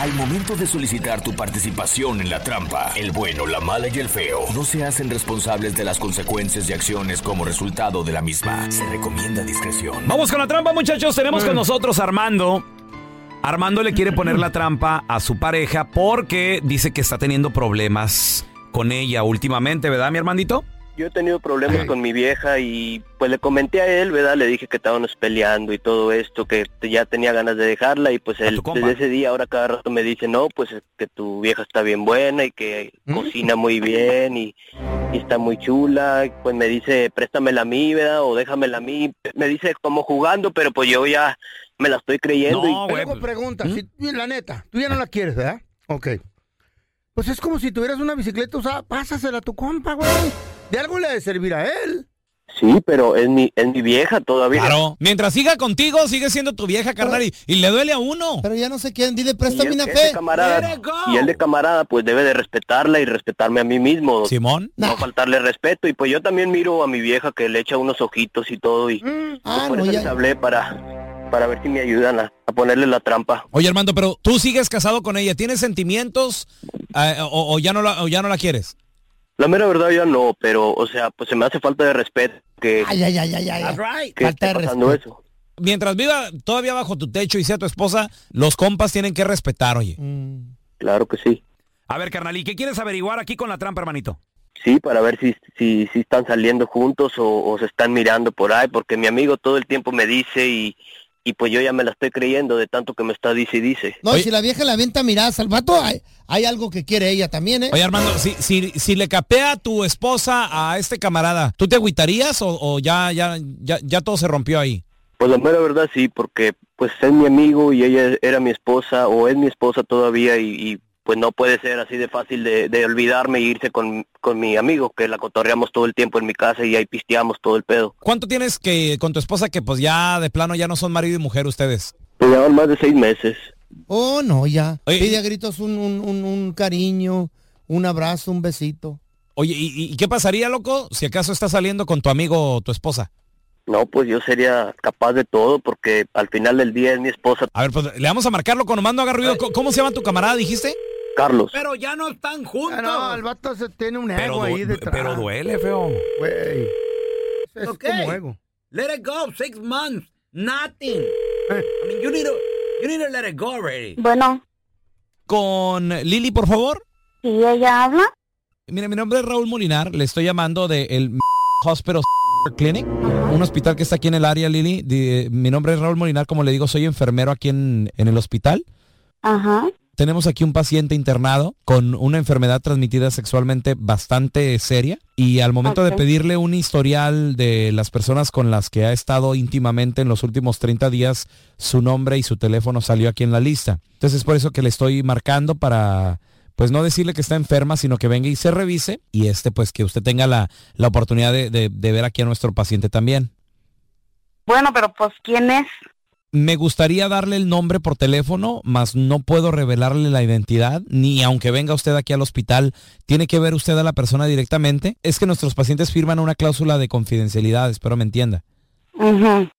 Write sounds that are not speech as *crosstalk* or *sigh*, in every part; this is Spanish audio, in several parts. Al momento de solicitar tu participación en la trampa, el bueno, la mala y el feo no se hacen responsables de las consecuencias y acciones como resultado de la misma. Se recomienda discreción. Vamos con la trampa, muchachos. Tenemos Mm. con nosotros a Armando. Armando le quiere poner la trampa a su pareja porque dice que está teniendo problemas con ella últimamente, ¿verdad, mi hermandito? Yo he tenido problemas con mi vieja y pues le comenté a él, ¿verdad? Le dije que estábamos peleando y todo esto, que te- ya tenía ganas de dejarla y pues él tu compa. desde ese día ahora cada rato me dice, no, pues es que tu vieja está bien buena y que Mm. cocina muy bien y, y está muy chula, y, pues me dice, préstamela a mí, ¿verdad? O déjamela a mí, me dice como jugando, pero pues yo ya me la estoy creyendo No, y güey. pues, Luego pregunta, ¿Mm? si, la neta, tú ya no la quieres, ¿verdad? Ok. Pues es como si tuvieras una bicicleta usada, pásasela a tu compa, güey. De algo le ha de servir a él. sí, pero es mi, es mi vieja todavía. Claro. Mientras siga contigo, sigue siendo tu vieja, carnal, y, y le duele a uno. Pero ya no sé quién, dile, Y préstame él, una que es de fe. camarada, y él de camarada pues debe de respetarla y respetarme a mí mismo. Simón. no faltarle respeto y pues yo también miro a mi vieja que le echa unos ojitos y todo y pues, Ah, por no, eso les ya. hablé para para ver si me ayudan a, a ponerle la trampa Oye, Armando, pero tú sigues casado con ella. ¿Tienes sentimientos eh, o, o ya no la, o ya no la quieres? la mera verdad ya no pero o sea pues se me hace falta de respeto que, Ay, ay, ay, ay, ay. que Falta esté de pasando respeto. eso Mientras viva todavía bajo tu techo y sea tu esposa, los compas tienen que respetar, oye. Mm. claro que sí A ver, carnal, ¿y qué quieres averiguar aquí con la trampa, hermanito? sí para ver si si, si están saliendo juntos o, o se están mirando por ahí porque mi amigo todo el tiempo me dice y y pues yo ya me la estoy creyendo de tanto que me está dice y dice No, Oye. si la vieja la venta miradas al vato, hay, hay algo que quiere ella también, ¿eh? Oye, Armando, si, si, si le capea tu esposa a este camarada, ¿tú te agüitarías o, o ya, ya, ya, ya todo se rompió ahí? Pues la mera verdad sí, porque pues es mi amigo y ella era mi esposa o es mi esposa todavía y, y, pues no puede ser así de fácil de, de olvidarme y irse con, con mi amigo que la cotorreamos todo el tiempo en mi casa y ahí pisteamos todo el pedo. ¿Cuánto tienes que con tu esposa que pues ya de plano ya no son marido y mujer ustedes? Pues llevan más de seis meses. Oh, no, ya. Oye. Pide a gritos un, un, un, un cariño, un abrazo, un besito. Oye, ¿y, y- y qué pasaría, loco, si acaso estás saliendo con tu amigo o tu esposa? No, pues yo sería capaz de todo porque al final del día es mi esposa, A ver, pues le vamos a marcarlo con Armando haga ruido. ¿Cómo- ¿Cómo se llama tu camarada, dijiste? Carlos. Pero ya no están juntos. Ah, no, el vato se tiene un pero, ego du- ahí detrás. pero duele, feo. Güey. Es Ok. como ego. Let it go. Six months. Nothing. Eh. I mean, you need to, you need to let it go already. Bueno, Con Lili, por favor. ¿y ella habla? Mira, mi nombre es Raúl Molinar. Le estoy llamando de el Hospital Clinic, un hospital que está aquí en el área, Lili. Di- eh, Mi nombre es Raúl Molinar, como le digo, soy enfermero aquí en, en el hospital. Ajá. Tenemos aquí un paciente internado con una enfermedad transmitida sexualmente bastante seria y al momento de Ok. pedirle un historial de las personas con las que ha estado íntimamente en los últimos 30 días, su nombre y su teléfono salió aquí en la lista. Entonces es por eso que le estoy marcando para pues no decirle que está enferma, sino que venga y se revise y este pues que usted tenga la, la oportunidad de, de- de ver aquí a nuestro paciente también. Bueno, pero pues ¿quién es? Me gustaría darle el nombre por teléfono, mas no puedo revelarle la identidad, ni aunque venga usted aquí al hospital, tiene que ver usted a la persona directamente. Es que nuestros pacientes firman una cláusula de confidencialidad, espero me entienda. Ujú.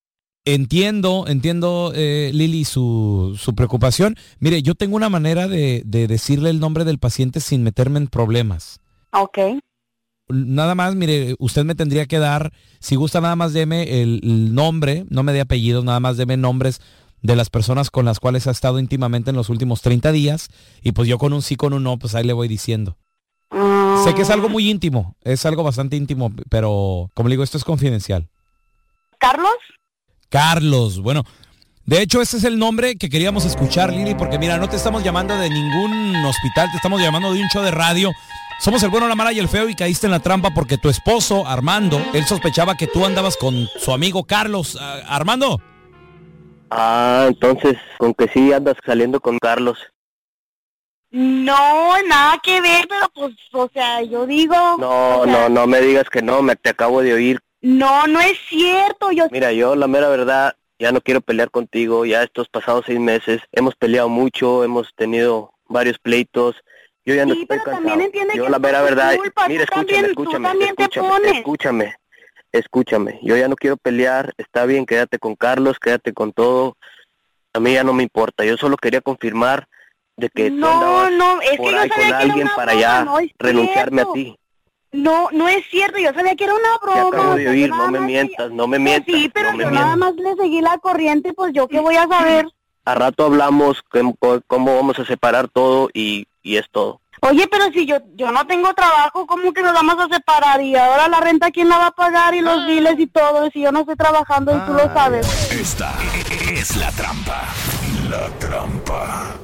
Entiendo, entiendo, eh, Lili, su, su preocupación. Mire, yo tengo una manera de, de decirle el nombre del paciente sin meterme en problemas. Ok. Nada más, mire, usted me tendría que dar, si gusta nada más deme el, el nombre, no me dé apellidos, nada más deme nombres de las personas con las cuales ha estado íntimamente en los últimos 30 días y pues yo con un sí, con un no, pues ahí le voy diciendo. Ah, Sé que es algo muy íntimo, es algo bastante íntimo, pero como le digo, esto es confidencial. ¿Carlos? Carlos, bueno, De hecho, ese es el nombre que queríamos escuchar, Lili, porque mira, no te estamos llamando de ningún hospital, te estamos llamando de un show de radio. Somos el bueno, la mala y el feo y caíste en la trampa porque tu esposo, Armando, él sospechaba que tú andabas con su amigo Carlos. Ah, Armando. Ah, entonces, con que sí andas saliendo con Carlos. No, nada que ver, pero pues, o sea, yo digo... No, no, no me digas que no, me te acabo de oír. No, no es cierto, yo... Mira, yo la mera verdad, ya no quiero pelear contigo, ya estos pasados seis meses hemos peleado mucho, hemos tenido varios pleitos, yo ya no Sí, estoy pero cansado. también entiende yo que la es mera tu verdad, culpa, mira, tú también- escúchame, tú escúchame, también te escúchame, pones. escúchame, escúchame, yo ya no quiero pelear, está bien, quédate con Carlos, quédate con todo, a mí ya no me importa, yo solo quería confirmar de que tú No, andabas no, es que por yo ahí sabía que con era alguien una para broma, ya no es renunciarme a cierto. ti. No, no es cierto, yo sabía que era una Te broma. acabo de pero oír, nada no me más- mientas, no me pues mientas, Sí, pero no me yo nada mientas. más le seguí la corriente, pues yo qué voy a saber. A rato hablamos cómo, cómo vamos a separar todo y, y es todo. Oye, pero si yo yo no tengo trabajo, ¿cómo que nos vamos a separar? Y ahora la renta, ¿quién la va a pagar? Y los biles y todo, y si yo no estoy trabajando y tú lo Ah. sabes. Esta es la trampa. La trampa.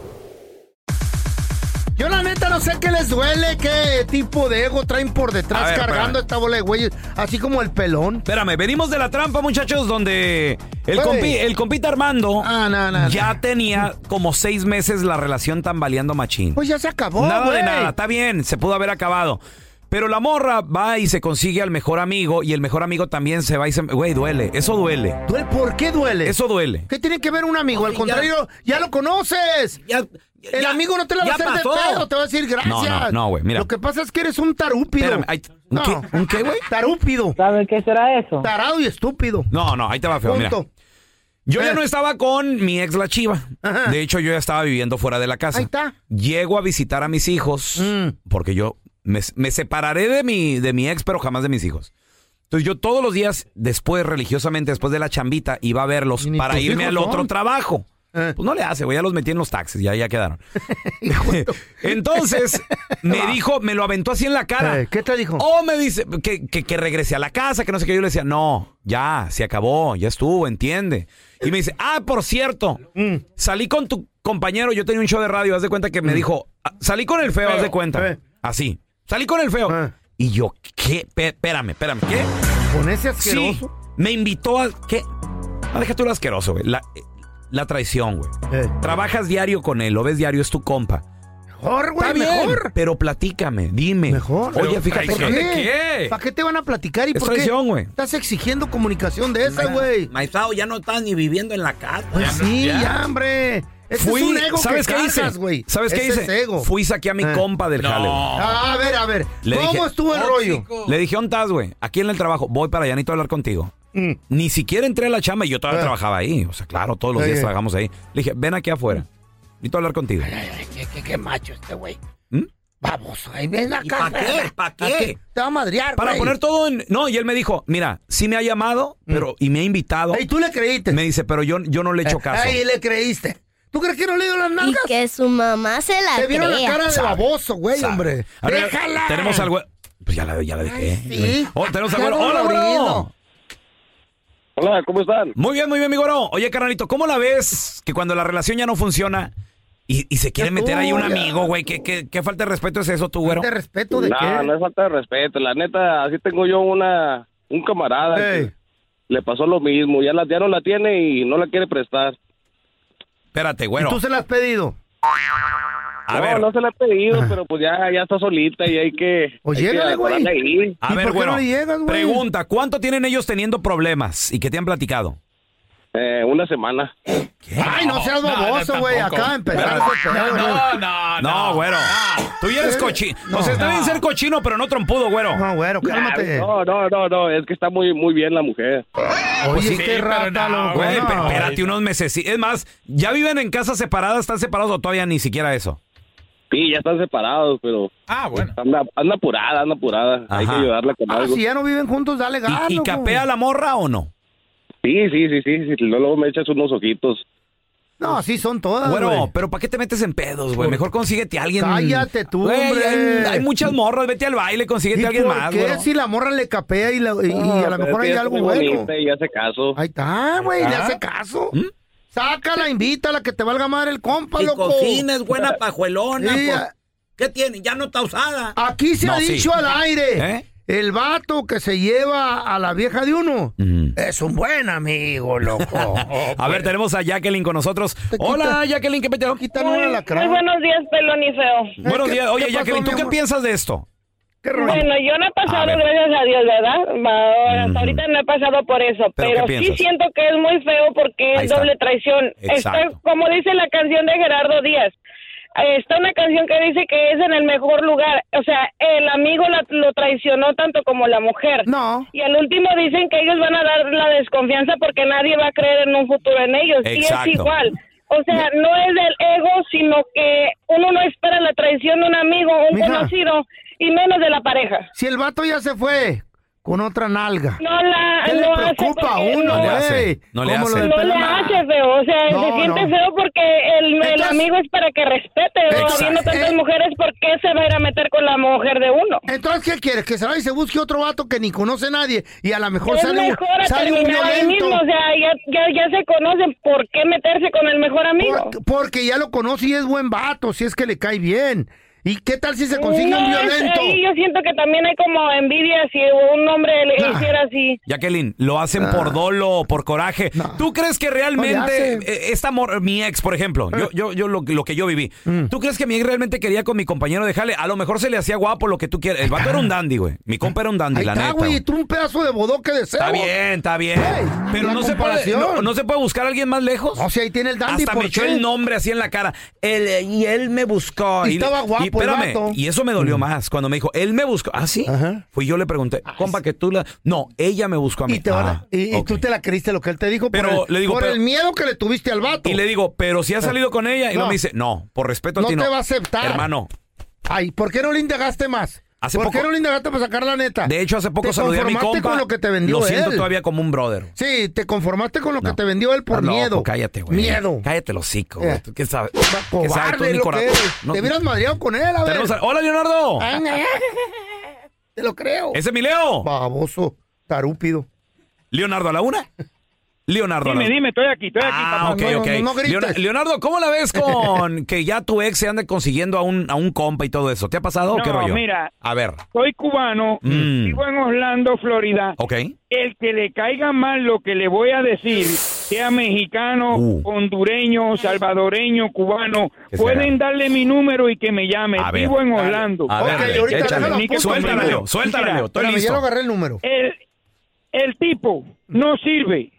Yo la neta no sé qué les duele, qué tipo de ego traen por detrás A ver, cargando espérame. esta bola de güeyes, así como el pelón. Espérame, venimos de la trampa, muchachos, donde el, Güey. Ah, compi- el compita Armando no, no. ya tenía como seis meses la relación tambaleando machín. Pues ya se acabó, nada güey. de nada, está bien, se pudo haber acabado. Pero la morra va y se consigue al mejor amigo y el mejor amigo también se va y se... Güey, duele, eso duele. Duele, ¿Por qué duele? Eso duele. ¿Qué tiene que ver un amigo? Al ya- contrario, ya, lo conoces. el ya- amigo no te la va a ya hacer pasó. de pedo, te va a decir gracias. No, no, no, güey, mira. Lo que pasa es que eres un tarúpido. Espérame, ahí- ¿un No. qué? ¿Un qué, güey? Tarúpido. ¿Saben qué será eso? Tarado y estúpido. No, no, ahí te va feo, mira. Punto. Yo Eh. ya no estaba con mi ex la chiva. Ajá. De hecho, yo ya estaba viviendo fuera de la casa. Ahí está. Mm. Llego a visitar a mis hijos, porque yo me, me separaré de mi, de mi ex, pero jamás de mis hijos. Entonces yo todos los días, después, religiosamente, después de la chambita, iba a verlos Y ni para tus irme hijos al otro son. trabajo. Eh. Pues no le hace, güey, ya los metí en los taxis, ya, ya quedaron. *laughs* Entonces, me dijo, me lo aventó así en la cara. Eh, ¿Qué te dijo? Oh, me dice que, que, que regrese a la casa, que no sé qué. Yo le decía, no, ya, se acabó, ya estuvo, entiende. Y me dice, ah, por cierto, Mm. salí con tu compañero, yo tenía un show de radio, haz de cuenta que me dijo, "Ah, salí con el feo, haz de cuenta. eh. Así, salí con el feo. Ah. Y yo, ¿qué? Pe- Espérame, espérame, ¿qué? Con ese Sí, asqueroso. me invitó a... ¿Qué? Ah, déjate lo asqueroso, güey. La, eh, la traición, güey. Eh, Trabajas diario con él, lo ves diario, es tu compa. Mejor, Está güey, bien, mejor. pero platícame, dime. Mejor. Oye, Pero, fíjate ¿por que- ¿Para qué te van a platicar y Es por qué traición, güey. estás exigiendo comunicación de esa, güey? Maizao ya no está ni viviendo en la casa. Pues sí, ya, hombre. Ese Fui, es un ego ¿sabes que qué cargas, hice? güey. ¿Sabes qué Ese hice? es ego. Fui y saqué a mi Eh. compa del jale. güey. A ver, a ver. Le ¿Cómo dije, estuvo el rollo? Le dije, ¿dónde estás, güey? Aquí en el trabajo. Voy para allá, necesito hablar contigo. Mm. Ni siquiera entré a la chamba y yo todavía Eh. trabajaba ahí. O sea, claro, todos los Eh, días eh. trabajamos ahí. Le dije, ven aquí afuera. Necesito hablar contigo. Qué, qué- qué macho este güey. ¿Mm? Vamos, ahí ven ¿Y para qué? ¿Para ¿A qué? qué? Te va a madrear, Para güey. Mm. poner todo en... No, y él me dijo, mira, sí me ha llamado pero y me ha invitado. Ey, tú le creíste. Eh, Me dice, pero yo, yo no le he hecho caso. Ay, le creíste. ¿Tú crees que no le dio las nalgas? que su mamá se la Te vieron la cara de baboso, güey, Sabe. hombre. A ver, ¡Déjala! Tenemos algo... Pues ya la, ya la dejé. sí. Oh, tenemos Qué algo... Hola, bro. dolorido. Hola, ¿cómo están? Muy bien, muy bien, mi gorón. Oye, carnalito, ¿cómo la ves que cuando la relación ya no funciona y, y se quiere Ya meter ahí un estuvo, ya. amigo, güey? ¿Qué, qué, qué falta de respeto es eso, tú, güero? ¿Te respeto de no, qué? no es falta de respeto. La neta, así tengo yo una un camarada Ey. que le pasó lo mismo. Ya, la, ya no la tiene y no la quiere prestar. Espérate, ¿Y güero. tú se la has pedido? A no, ver, no se la ha pedido, pero pues ya, ya está solita y hay que... O hay que llégale, Pues güey. decorarla ahí. a ¿Y ver, por qué no güero. le llegas, güey? pregunta, ¿cuánto tienen ellos teniendo problemas y que te han platicado? Eh, una semana. Ay, no seas baboso, güey. Acaba de empezar ese pedo, güey. no, güero. Tú ya eres cochino. Eh, No, o sea, está bien ser cochino, pero no trompudo, güero. No, güero, cálmate. No, no, no, no, es que está muy, muy bien la mujer. Pues Oye, este rata, loco. Güey, no. pero espérate unos meses. Es más, ¿ya viven en casas separadas? ¿Están separados o todavía ni siquiera eso? Sí, ya están separados, pero Ah, bueno. anda, anda apurada, anda apurada. Hay que Ajá. ayudarla con Ah, algo. si Sí, ya no viven juntos, dale gas, ¿Y, y Ah, loco. capea la morra o no? sí, sí, sí. sí, luego luego me echas unos ojitos. No, así son todas, Bueno, güey. pero ¿para qué te metes en pedos, güey? Mejor consíguete a alguien. Cállate tú, Güey, hay- hombre. Hay, muchas morras, vete al baile, consíguete ¿Y a alguien por más, qué güey. si la morra le capea y, la- y- y Ah, a lo pero mejor es que hay ya algo está muy bueno? bonita Y hace caso. Ahí está, güey, le hace caso. Sácala, invítala, que te valga madre el compa, ¿Mm? Y loco. cocina, es buena pajuelona, Sí, pues. ¿Qué tiene? ¿Eh? Ya no está usada. Aquí se ha dicho al aire. ¿Eh? El vato que se lleva a la vieja de uno es un buen amigo, loco. *laughs* a ver, tenemos a Jacqueline con nosotros. Hola, Jacqueline, ¿qué peteo? Muy buenos días, pelón y feo. Buenos días. Oye, Jacqueline, ¿tú qué piensas de esto? Bueno, yo no he A pasado, ver. gracias a Dios, ¿verdad? Va, ahora, Hasta ahorita no he pasado por eso, ¿Pero pero, qué sí piensas? siento que es muy feo porque Ahí es está. doble traición. Exacto. Está, como dice la canción de Gerardo Díaz, eh, está una canción que dice que es en el mejor lugar. O sea, el amigo la- lo traicionó tanto como la mujer. No. Y al último dicen que ellos van a dar la desconfianza porque nadie va a creer en un futuro en ellos. Y Exacto. es igual. O sea, no es del ego, sino que uno no espera la traición de un amigo, un Mija. conocido, y menos de la pareja. Si el vato ya se fue con otra nalga. No la- ¿Qué no le hace preocupa a porque uno, no- No le güey? hace, no le Como lo hace. del No pelo le largo. hace feo, o sea, No, se siente no. feo porque el, el Entonces- amigo es para que respete, ¿no? Exacto. habiendo tantas mujeres, ¿por qué se va a ir a meter con la mujer de uno? Entonces, ¿qué quieres? Que se vaya y se busque otro vato que ni conoce a nadie y a lo mejor es sale, un- mejor a sale un terminar ahí violento. mismo, o sea, ya, ya, ya se conocen, ¿por qué meterse con el mejor amigo? Por- porque ya lo conoce y es buen vato, si es que le cae bien. ¿Y qué tal si se consigue un No, es- eh, violento? ahí yo siento que también hay como envidia si un hombre le hiciera así. Jacqueline, lo hacen Ah. por dolo o por coraje. ¿Tú crees que realmente hacen. eh, esta mor- mi ex, por Eh. ejemplo, yo, yo, yo lo, lo que yo viví, Mm. ¿tú crees que mi ex realmente quería con mi compañero dejarle? A lo mejor se le hacía guapo lo que tú quieras. El vato era un dandy, güey. Mi compa era un dandy, la Ah, neta. güey, güey. tú un pedazo de bodoque de cebo. Está bien, está bien. Pero la no se, puede, comparación. no, no se puede buscar a alguien más lejos. O sea, ahí tiene el dandy, Hasta ¿por me echó qué? el nombre así en la cara. Él- eh, y él me buscó. Y estaba guapo Y, el espérame, vato. Mm. y eso me dolió más cuando me dijo, él me buscó. Ah, sí. Fui yo le pregunté, compa, que tú la. No, ella me buscó a mí. Ah, Y, te van a- Ah. y- y tú te la creíste lo que él te dijo Pero por, el, le digo, por pero- el miedo que le tuviste al vato. Y le digo, pero si has salido con ella. Y No. no me dice, no, por respeto a No ti no. te va a aceptar. Hermano, Ay, ¿por qué no le indagaste más? Hace ¿Por poco- qué no le indagaste para sacar la neta? de hecho, hace poco ¿Te saludé a mi conformaste compa. con lo que te vendió lo siento él? todavía como un brother. Sí, te conformaste con lo que te vendió él por Estás loco, miedo. Ah, pues cállate, güey. Miedo. Cállate el hocico, güey. Eh. ¿Tú ¿Qué sabes? ¿Qué sabes tú Cobarde de mi lo que corazón? eres. No- mm, Te hubieras madreado con él, a ver. Tenemos a- Hola, Leonardo. Ay, ay, ay. Te lo creo. Ese es mi Leo. Baboso, tarúpido. Leonardo a la una. Leonardo a Dime, la dime, estoy aquí, estoy aquí. Ah, papá. ok, No, ok. no, no grites. Leona- Leonardo, ¿cómo la *laughs* ves con que ya tu ex se anda consiguiendo a un, a un compa y todo eso? ¿Te ha pasado o qué No, rollo? mira. A ver. *laughs* Soy cubano, Mm. vivo en Orlando, Florida. Ok. El que le caiga mal lo que le voy a decir, sea mexicano, Uh. hondureño, salvadoreño, cubano, Que se pueden darle mi número y que me llame. A ver. Vivo en Orlando. A ver, Ok, Leo, ahorita échale. déjalo apunto Suéltala, primero. Leo, suéltala, Mira, Leo. Estoy espérame, ya listo. lo agarré el número. El, el tipo no sirve,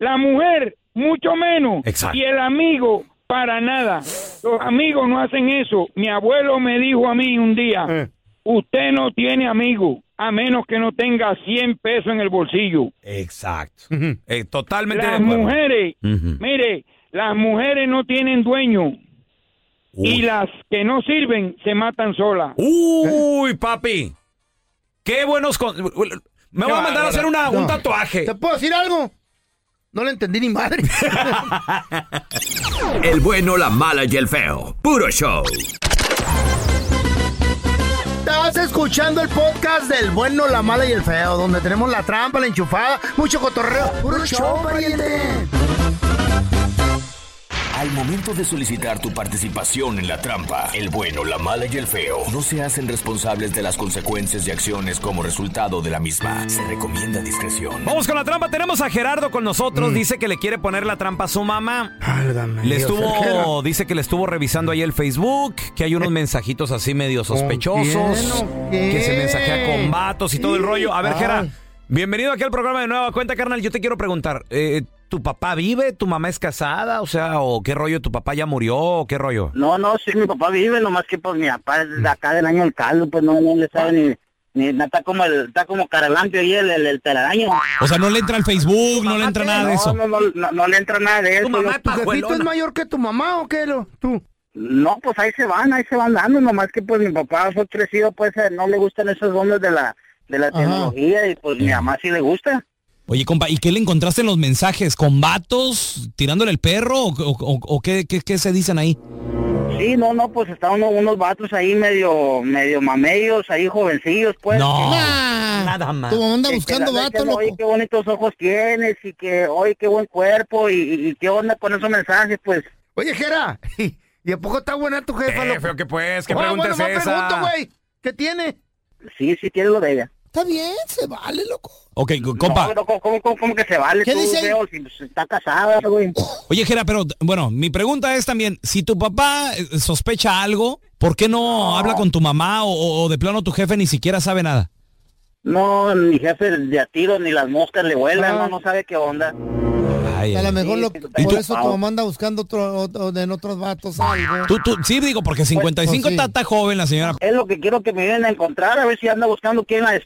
la mujer mucho menos Exacto. y el amigo para nada. Los amigos no hacen eso. Mi abuelo me dijo a mí un día, Eh. usted no tiene amigo a menos que no tenga 100 pesos en el bolsillo. Exacto. Eh, totalmente Las de acuerdo. mujeres, Ujú. mire, las mujeres no tienen dueño. Y las que no sirven se matan solas. Uy, papi. Qué buenos. con- Me voy a mandar a hacer una, un No. tatuaje. ¿Te puedo decir algo? No le entendí *laughs* ni madre. El bueno, la mala y el feo. Puro show. Estás escuchando el podcast del bueno, la mala y el feo, donde tenemos la trampa, la enchufada, mucho cotorreo. Puro show, pariente. Al momento de solicitar tu participación en la trampa, el bueno, la mala y el feo no se hacen responsables de las consecuencias y acciones como resultado de la misma. Se recomienda discreción. Vamos con la trampa. Tenemos a Gerardo con nosotros. Dice que le quiere poner la trampa a su mamá. Le Mm. Dios, Gerardo. estuvo, dice que le estuvo revisando ahí el Facebook, que hay unos mensajitos así medio sospechosos, ¿Con Eh. quién o que se qué? menajea con vatos y todo el Sí. rollo. A ver, Ay. Gerardo, bienvenido aquí al programa de nueva cuenta, carnal. Yo te quiero preguntar, eh, ¿tu papá vive? ¿Tu mamá es casada? O sea, ¿o qué rollo? ¿Tu papá ya murió? ¿O qué rollo? No, no, sí, mi papá vive, nomás que pues mi papá es de acá del año del caldo, pues no, no le sabe ni, ni no, está como el, está como caralampio ahí el, el, el telaraño. O sea, no le entra al Facebook, no le entra nada de eso. No, no, no, no le entra nada de eso. mamá yo- es ¿Tu jefito pajuelona? es mayor que tu mamá o qué, lo, tú? No, pues ahí se van, ahí se van dando, nomás que pues mi papá fue crecido, pues eh, no le gustan esos dones de la, de la tecnología y pues mi mamá sí le gusta. Oye, compa, ¿y qué le encontraste en los mensajes? ¿Con vatos? ¿Tirándole el perro? ¿O, o- o- o qué, qué- qué se dicen ahí? Sí, Sí, no, no, pues estaban uno- unos vatos ahí medio, medio mamellos, ahí jovencillos, pues. No. nada más. Tu mamá anda buscando vato, loco. Oye, qué bonitos ojos tienes y que, oye, qué buen cuerpo y, y- y qué onda con esos mensajes, pues. Oye, Jera, *laughs* ¿y a poco está buena tu jefa? Eh, feo que pues, ¿qué Ahora, pregunta bueno, es más esa? pregunto, güey. ¿Qué tiene? Sí, sí, tiene lo de ella. Está bien, se vale, loco. Ok, co- compa. No, no, ¿cómo, cómo, cómo- cómo que se vale? ¿Qué tú, dice ahí? feo, si pues, está casada, güey. Oye, Jera, pero bueno, mi pregunta es también, si tu papá eh, sospecha algo, ¿por qué no habla con tu mamá o, o- o de plano tu jefe ni siquiera sabe nada? No, mi jefe de a tiro ni las moscas le Ah. vuelan, no, no sabe qué onda. Ay, A lo ay. mejor lo- Sí, sí, por tú- eso tu mamá anda buscando otro, otro- en otros vatos algo. Tú, tú, sí, digo, porque 55 pues sí. está, está joven la señora. Es lo que quiero que me vienen a encontrar, a ver si anda buscando quién la des...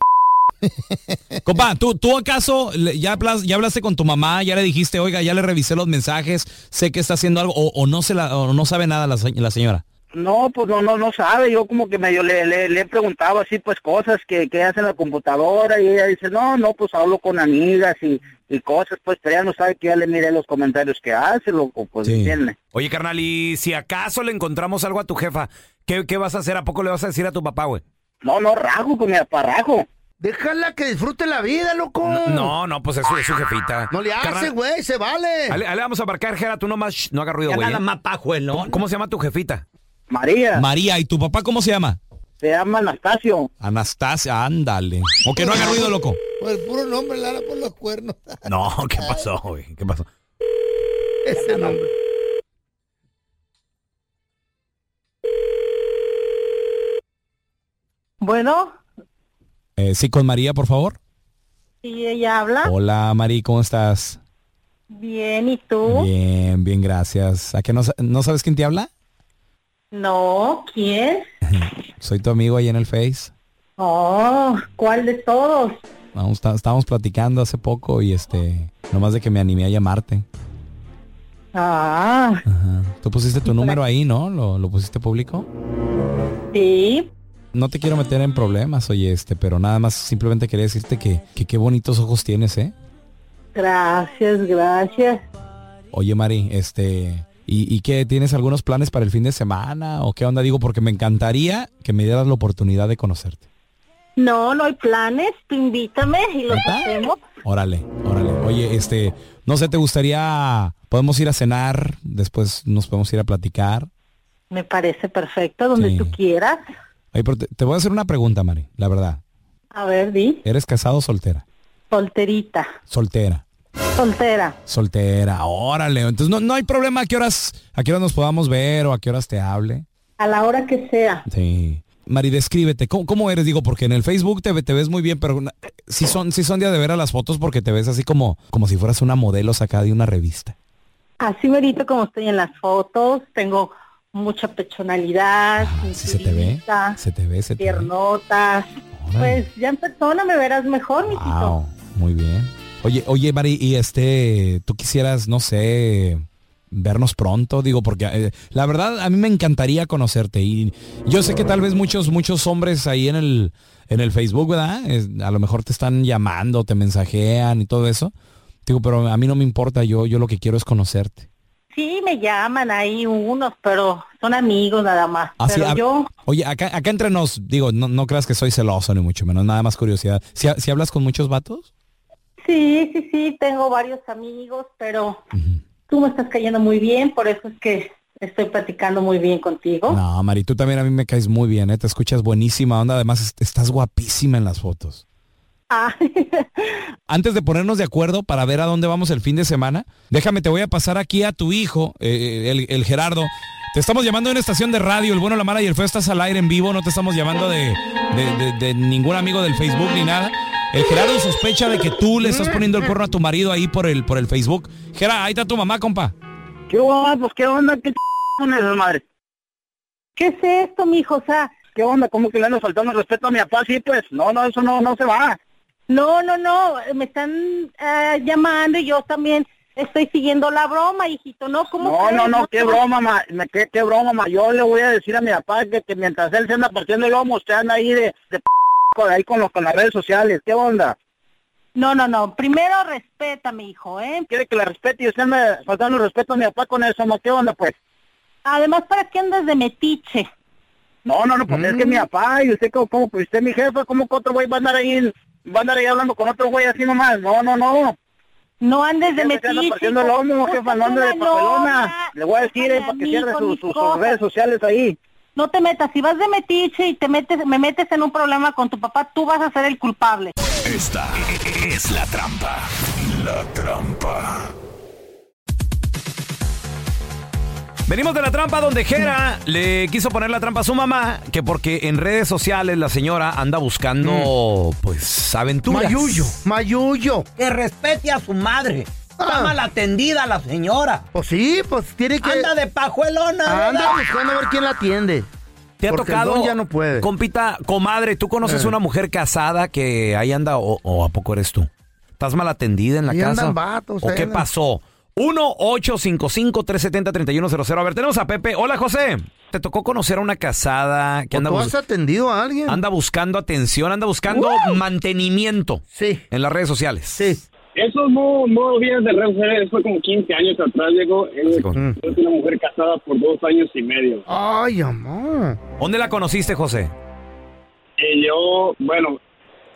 Compa, ¿tú, tú acaso le- ya, hablas- ya hablaste con tu mamá? ¿Ya le dijiste, oiga, ya le revisé los mensajes, sé que está haciendo algo o, o no, se la, o no sabe nada la, se- la señora? No, pues no, no, no sabe. Yo como que medio le, le, le he preguntado así, pues cosas que, que hace en la computadora y ella dice, no, no, pues hablo con amigas y, y cosas, pues, pero ella no sabe que ya le miré los comentarios que hace, loco, pues, ¿entiende? Oye, carnal, y si acaso le encontramos algo a tu jefa, ¿qué, qué vas a hacer? ¿A poco le vas a decir a tu papá, güey? No, no, rajo con mi aparrajo. Déjala que disfrute la vida, loco. No, no, pues es su, es su jefita. No le hace, Carnal, güey, se vale. Ale, ale, vamos a marcar, Jera, tú nomás, shh, no hagas ruido, Ya güey. nada más pajuelo. ¿Cómo, cómo se llama tu jefita? María. María, ¿y tu papá cómo se llama? Se llama Anastasio. Anastasia, ándale. O que no haga ruido, loco. Por el puro nombre le por los cuernos. *laughs* No, ¿qué pasó, güey? ¿Qué pasó? *laughs* Ese nombre. Bueno, Eh, sí, con María, por favor. si ella habla, Hola, María, ¿cómo estás? bien, ¿y tú? Bien, bien, gracias. ¿A qué no, sa- no sabes quién te habla? No, ¿quién? Soy tu amigo ahí en el Face. Oh, ¿cuál de todos? Vamos, está- estábamos platicando hace poco y este, nomás de que me animé a llamarte. Ah, Tú pusiste tu número ahí, ¿no? ¿Lo, lo pusiste público? sí, No te quiero meter en problemas, oye, este, pero nada más simplemente quería decirte que, que qué bonitos ojos tienes, ¿eh? gracias, gracias. Oye, Mari, este, ¿y, ¿y qué? ¿Tienes algunos planes para el fin de semana? ¿O qué onda? Digo, porque me encantaría que me dieras la oportunidad de conocerte. No, no hay planes, tú invítame y los hacemos. Órale, órale. Oye, este, no sé, ¿te gustaría, podemos ir a cenar, después nos podemos ir a platicar? Me parece perfecto, donde tú quieras. Oye, pero te, te voy a hacer una pregunta, Mari, la verdad. A ver, di, ¿Eres casado o soltera? solterita, Soltera. soltera. Soltera, órale. Entonces no, no hay problema a qué horas, a qué horas nos podamos ver o a qué horas te hable. A la hora que sea. Sí. Mari, descríbete, ¿cómo, cómo eres? Digo, porque en el Facebook te, ve- te ves muy bien, pero na- sí son, sí son de a de ver a las fotos porque te ves así como, como si fueras una modelo sacada de una revista. Así verito como estoy en las fotos, tengo mucha personalidad, Ah, ¿Se te ve? Se te ve, se te ve. piernotas. Pues ya en persona me verás mejor, mi Wow, muy bien. Oye, oye, Mari, y este, tú quisieras, no sé, vernos pronto, digo, porque eh, la verdad a mí me encantaría conocerte y yo sé que tal vez muchos, muchos hombres ahí en el, en el Facebook, ¿verdad? Es- a lo mejor te están llamando, te mensajean y todo eso. Digo, pero a mí no me importa, yo, yo lo que quiero es conocerte. Sí, me llaman ahí unos, pero son amigos nada más. Así, pero Ah, a- yo, Oye, acá, acá entre nos, digo, no, no creas que soy celoso ni mucho menos, nada más curiosidad. Si, ha- si hablas con muchos vatos, sí, sí, sí, tengo varios amigos, pero tú me estás cayendo muy bien, por eso es que estoy platicando muy bien contigo. No, Mari, tú también a mí me caes muy bien, ¿eh? te escuchas buenísima onda, además est- estás guapísima en las fotos. Ah, Antes de ponernos de acuerdo para ver a dónde vamos el fin de semana, déjame, te voy a pasar aquí a tu hijo, eh, el, el Gerardo. Te estamos llamando de una estación de radio, el bueno, la mala y el feo estás al aire en vivo, no te estamos llamando de, de- de- de ningún amigo del Facebook ni nada. El Gerardo sospecha de que tú le estás poniendo el cuerno a tu marido ahí por el, por el Facebook. Gerardo, ahí está tu mamá, compa. ¿Qué onda? Pues, ¿qué onda? ¿Qué ch- son esas madres? ¿Qué es esto, mijo? O sea... ¿Qué onda? ¿Cómo que le ando faltando el respeto a mi papá? Sí, pues, no, no, eso no, no se va. no, no, no, eh, me están ah, llamando y yo también estoy siguiendo la broma, hijito, ¿no? ¿Cómo No, crees? no, no, qué te- broma, ma, me- qué, qué broma, ma. Yo le voy a decir a mi papá que, que mientras él se anda partiendo el lomo, usted anda ahí de, de p- con- ahí con, los, con las redes sociales. ¿Qué onda? No, no, no, primero respeta, mi hijo, ¿eh? Quiere que la respete y usted me faltando el respeto a mi papá con eso, ma. ¿Qué onda, pues? Además, ¿para qué andas de metiche? No, no, no, pues es que mi papá y usted como, como pues usted es mi jefa, ¿cómo que otro güey va a andar ahí, va a andar ahí hablando con otro güey así nomás? No, no, no. No andes de Anda metiche, partiendo el lomo, hijo, jefa, no andes de una loca. papelona. Le voy a decir, eh, para que mí cierre con sus- mis sus- sus cosas. redes sociales ahí. No te metas, si vas de metiche y te metes, me metes en un problema con tu papá, tú vas a ser el culpable. Esta es la trampa. La trampa. Venimos de la trampa donde Jera le quiso poner la trampa a su mamá, que porque en redes sociales la señora anda buscando, pues, aventuras. Mayuyo, Mayuyo. Ah. Que respete a su madre. Está mal atendida la señora. Pues sí, pues tiene que. Anda de pajuelona. Anda ¿verdad? buscando a ver quién la atiende. ¿Te ha Porque el tocado, don ya no puede. compita, comadre, tú conoces Eh. una mujer casada que ahí anda o, o a poco eres tú? ¿Estás mal atendida en la Ahí casa? andan vatos, eh. ¿O ahí qué andan. pasó? 1-855-370-3100. A ver, tenemos a Pepe. Hola, José. ¿Te tocó conocer a una casada que ¿O anda, tú bus- has atendido a alguien? anda buscando atención, anda buscando mantenimiento en las redes sociales? Sí. Esos no, no días de redes sociales fue como 15 años atrás, llegó. eh, Yo soy una mujer casada por dos años y medio. Ah. Ay, amor. ¿Dónde la conociste, José? Y yo, bueno,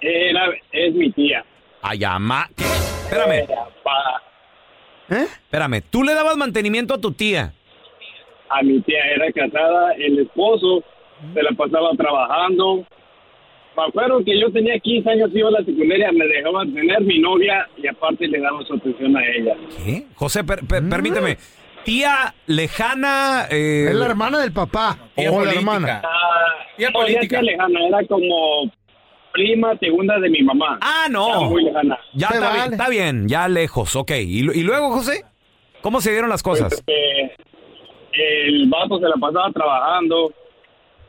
era, es mi tía. Ayama. ¿Qué? Espérame. ¿Eh? Espérame, tú le dabas mantenimiento a tu tía. A mi tía era casada, el esposo se la pasaba trabajando. Me acuerdo que yo tenía 15 años, iba a la secundaria, me dejaba tener mi novia y aparte le daba su atención a ella. ¿Qué? ¿Eh? José, per- per- Mm. permíteme. Tía lejana. eh, Es la hermana del papá. Tía o la política. hermana. Ah, No, ya tía lejana, era como prima segunda de mi mamá. Ah, no. Era muy lejana. Ya está, bien, está bien, ya lejos, ok. ¿Y, lu- y luego, José? ¿Cómo se dieron las cosas? Este, el vato se la pasaba trabajando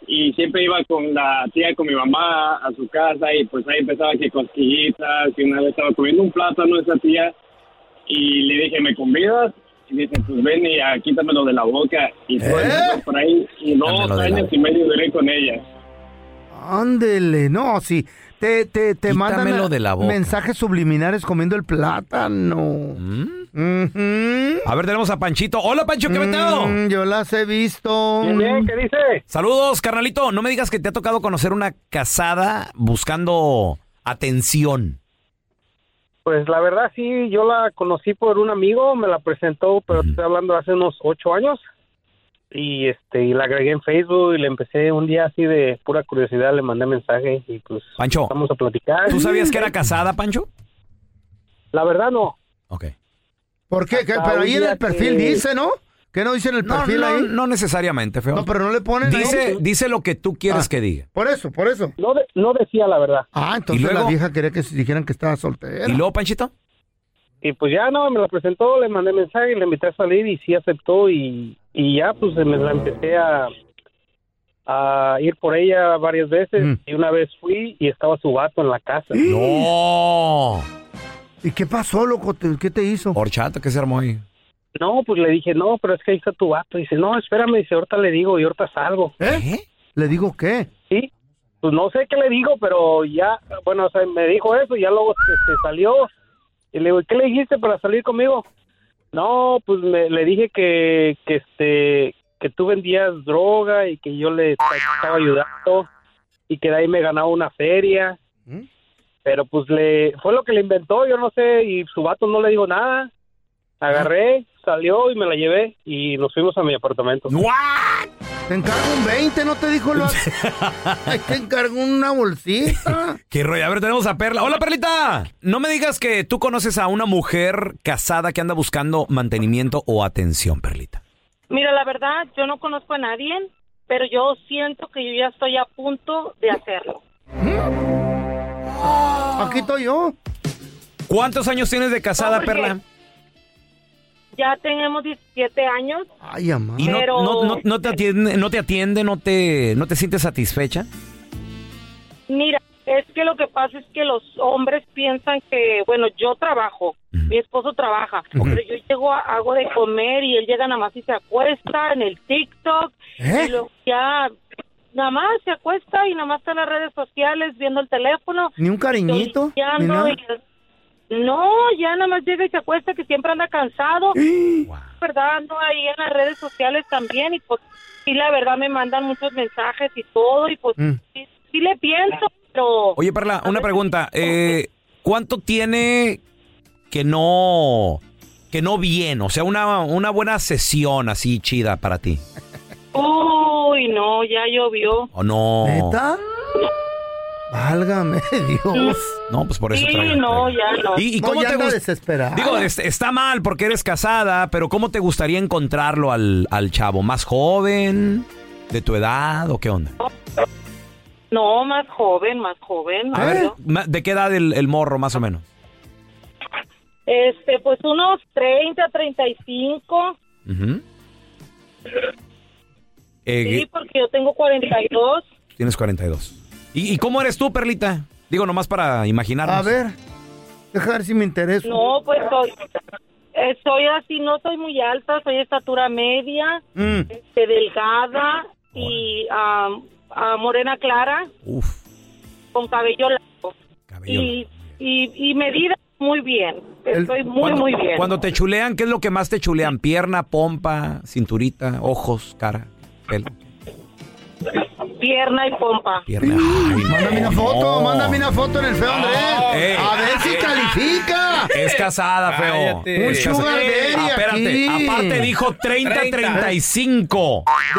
y siempre iba con la tía, con mi mamá a su casa y pues ahí empezaba que cosquillitas y una vez estaba comiendo un plátano esa tía y le dije, ¿me convidas? Y dice, pues ven y ah, quítamelo de la boca y todo ¿Eh? eso por ahí y dos años y medio duré con ella. Ándele, no, sí. Te, te, te mandan Quítamelo a- de la boca. mensajes subliminares comiendo el plátano. A ver, tenemos a Panchito. Hola, Pancho, ¿Mm? ¿qué metado? Mm, yo las he visto. ¿qué dice? Saludos, carnalito. No me digas que te ha tocado conocer una casada buscando atención. Pues la verdad sí, yo la conocí por un amigo, me la presentó, pero te estoy hablando hace unos ocho años. Y este, y la agregué en Facebook y le empecé un día así de pura curiosidad, le mandé mensaje y pues Pancho, vamos a platicar. ¿tú sabías que era casada, Pancho? La verdad no. ¿Por qué? ¿Qué? Hasta Pero ahí un en día el perfil que- dice, ¿no? ¿Qué no dice en el No, perfil no, ahí? no necesariamente, feo. No, pero no le ponen ahí. Dice, dice lo que tú quieres Ah. que diga. Por eso, por eso. No, no decía la verdad. Ah, entonces ¿Y luego? la vieja quería que se dijeran que estaba soltera. ¿Y luego, Panchito? Y pues ya no, me la presentó, le mandé mensaje, le invité a salir y sí aceptó y, y ya pues me la empecé a, a ir por ella varias veces Mm. y una vez fui y estaba su vato en la casa. ¡No! ¿Y qué pasó, loco? ¿Te- ¿Qué te hizo? ¡Eh! Horchata, que se armó ahí? No, pues le dije, no, pero es que ahí está tu vato. Dice, no, espérame, dice, ahorita le digo y ahorita salgo. ¿Eh? ¿Le digo qué? Sí, pues no sé qué le digo, pero ya, bueno, o sea, me dijo eso, ya luego se, se salió. Y le digo, ¿qué le dijiste para salir conmigo? No, pues me- le dije que, que este, que tú vendías droga y que yo le estaba ayudando y que de ahí me ganaba una feria. Pero pues le, fue lo que le inventó, yo no sé, y su vato no le dijo nada. Agarré, salió y me la llevé y nos fuimos a mi apartamento. Te encargo un 20, ¿no te *laughs* dijo lo? Ay, te encargo una bolsita. Qué rollo. A ver, tenemos a Perla. Hola, Perlita. No me digas que tú conoces a una mujer casada que anda buscando mantenimiento o atención, Perlita. Mira, la verdad, yo no conozco a nadie, pero yo siento que yo ya estoy a punto de hacerlo. Aquí estoy yo. ¿Cuántos años tienes de casada, No, porque- Perla? Ya tenemos 17 años. Ay, amá. ¿Y no, Pero- no- no- no te atiende, no te atiende, no te, no te sientes satisfecha? Mira, es que lo que pasa es que los hombres piensan que, bueno, yo trabajo, mi esposo trabaja, pero yo llego, a- hago de comer y él llega nada más y se acuesta en el TikTok ¿Eh? y luego ya nada más se acuesta y nada más está en las redes sociales viendo el teléfono. Ni un cariñito, Yo ni limpiando nada. y- No, ya nada más llega y se acuesta que siempre anda cansado. ¡Eh! ¿Verdad? Ando ahí en las redes sociales también y pues sí, la verdad me mandan muchos mensajes y todo y pues Mm. sí, sí le pienso, pero... Oye, Perla, una pregunta. Eh, ¿Cuánto tiene que no que no bien? O sea, una, una buena sesión así chida para ti. Uy, no, ya llovió. ¿O no? ¿Neta? Válgame *laughs* Dios. No, pues por eso Sí, traigo- no, ya no. ¿Y, y cómo ya te anda gust- desesperada. Digo, eh, es- está mal porque eres casada, pero ¿cómo te gustaría encontrarlo al, al chavo? ¿Más joven? ¿De tu edad? ¿O qué onda? No, más joven, más joven. A más ver, yo. ma- ¿de qué edad el, el morro más o menos? Este, pues unos 30, 35. Ujú. Eh, Sí, porque yo tengo 42. Tienes 42. ¿Y, y cómo eres tú, Perlita? Digo, nomás para imaginarnos. A ver, dejar si me interesa. No, pues soy, eh, soy así, no soy muy alta, soy estatura media, Mm. este, delgada y am, ah, morena clara. Con cabello largo. Y, y, y medida muy bien. Estoy muy, Cuando- muy bien. Cuando te chulean, ¿qué es lo que más te chulean? ¿Pierna, pompa, cinturita, ojos, cara, pelo, Pierna y pompa. pierna? Mándame una foto, no. mándame una foto en el feo Andrés. Ey. a ver si Ey. califica. Ah, eh. Es casada, feo. Cállate. Un Es casada. sugar daddy Espérate, aquí. aparte dijo 30, 35.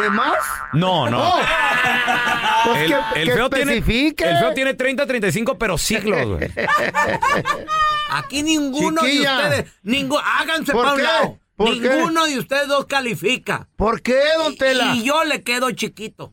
¿De más? No, no. *laughs* Oh. Pues el, que- el que feo tiene, especifique. el feo tiene 30, 35, pero siglos, güey. Aquí ninguno Chiquilla. de ustedes, ningún, háganse ¿Por para qué? un lado. ¿Por qué? ninguno de ustedes dos califica. ¿Por qué, don Tela? Y, y yo le quedo chiquito.